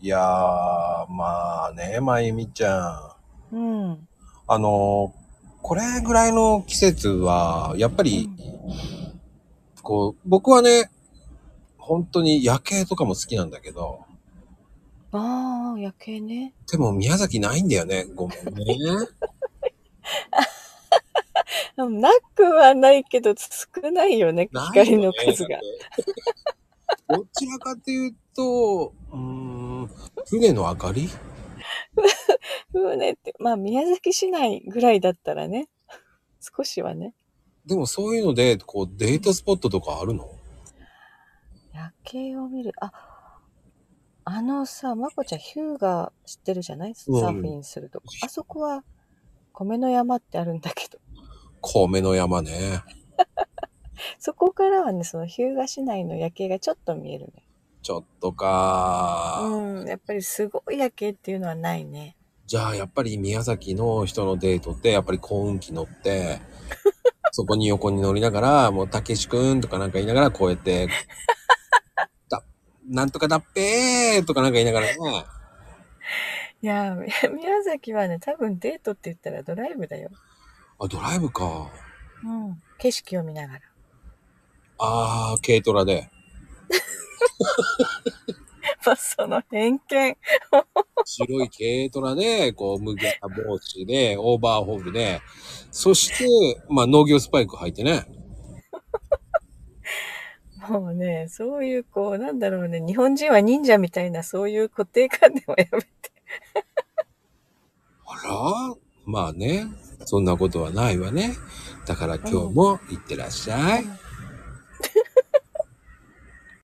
いやー、まあね、まゆみちゃん。うん。あのー、これぐらいの季節は、やっぱり、こう、僕はね、本当に夜景とかも好きなんだけど、ああ、夜景ね。でも宮崎ないんだよね。ごめ んね。なくはないけど、少ないよね、ない光よのね数が。。だって どちらかというと、うーん、船の明かり船って、まあ宮崎市内ぐらいだったらね、少しはね。でもそういうので、こう、デートスポットとかあるの夜景を見る。あ、あのさ、まこちゃん、ヒューが知ってるじゃないサうんーフィンするとこ。あそこは、米の山ってあるんだけど、米の山ね。そこからはね、そのヒュー市内の夜景がちょっと見えるね。ちょっとか、うん、やっぱりすごい夜景っていうのはないね。じゃあやっぱり宮崎の人のデートってやっぱり幸運期乗って、そこに横に乗りながら、もうたけしくんとかなんか言いながらこうやって、だ、なんとかだっぺーとかなんか言いながらね、いや ー、み宮崎はね、多分デートって言ったらドライブだよ。あ、ドライブか。うん。景色を見ながら。あー、軽トラで。 まあ、その偏見。白い軽トラで、こう、麦わら帽子で、オーバーホールで、そして、まあ農業スパイク履いてね。もうね、そういう、こう、なんだろうね、日本人は忍者みたいな、そういう固定観念はやめて。あらまあね、そんなことはないわね。だから今日も行ってらっしゃい。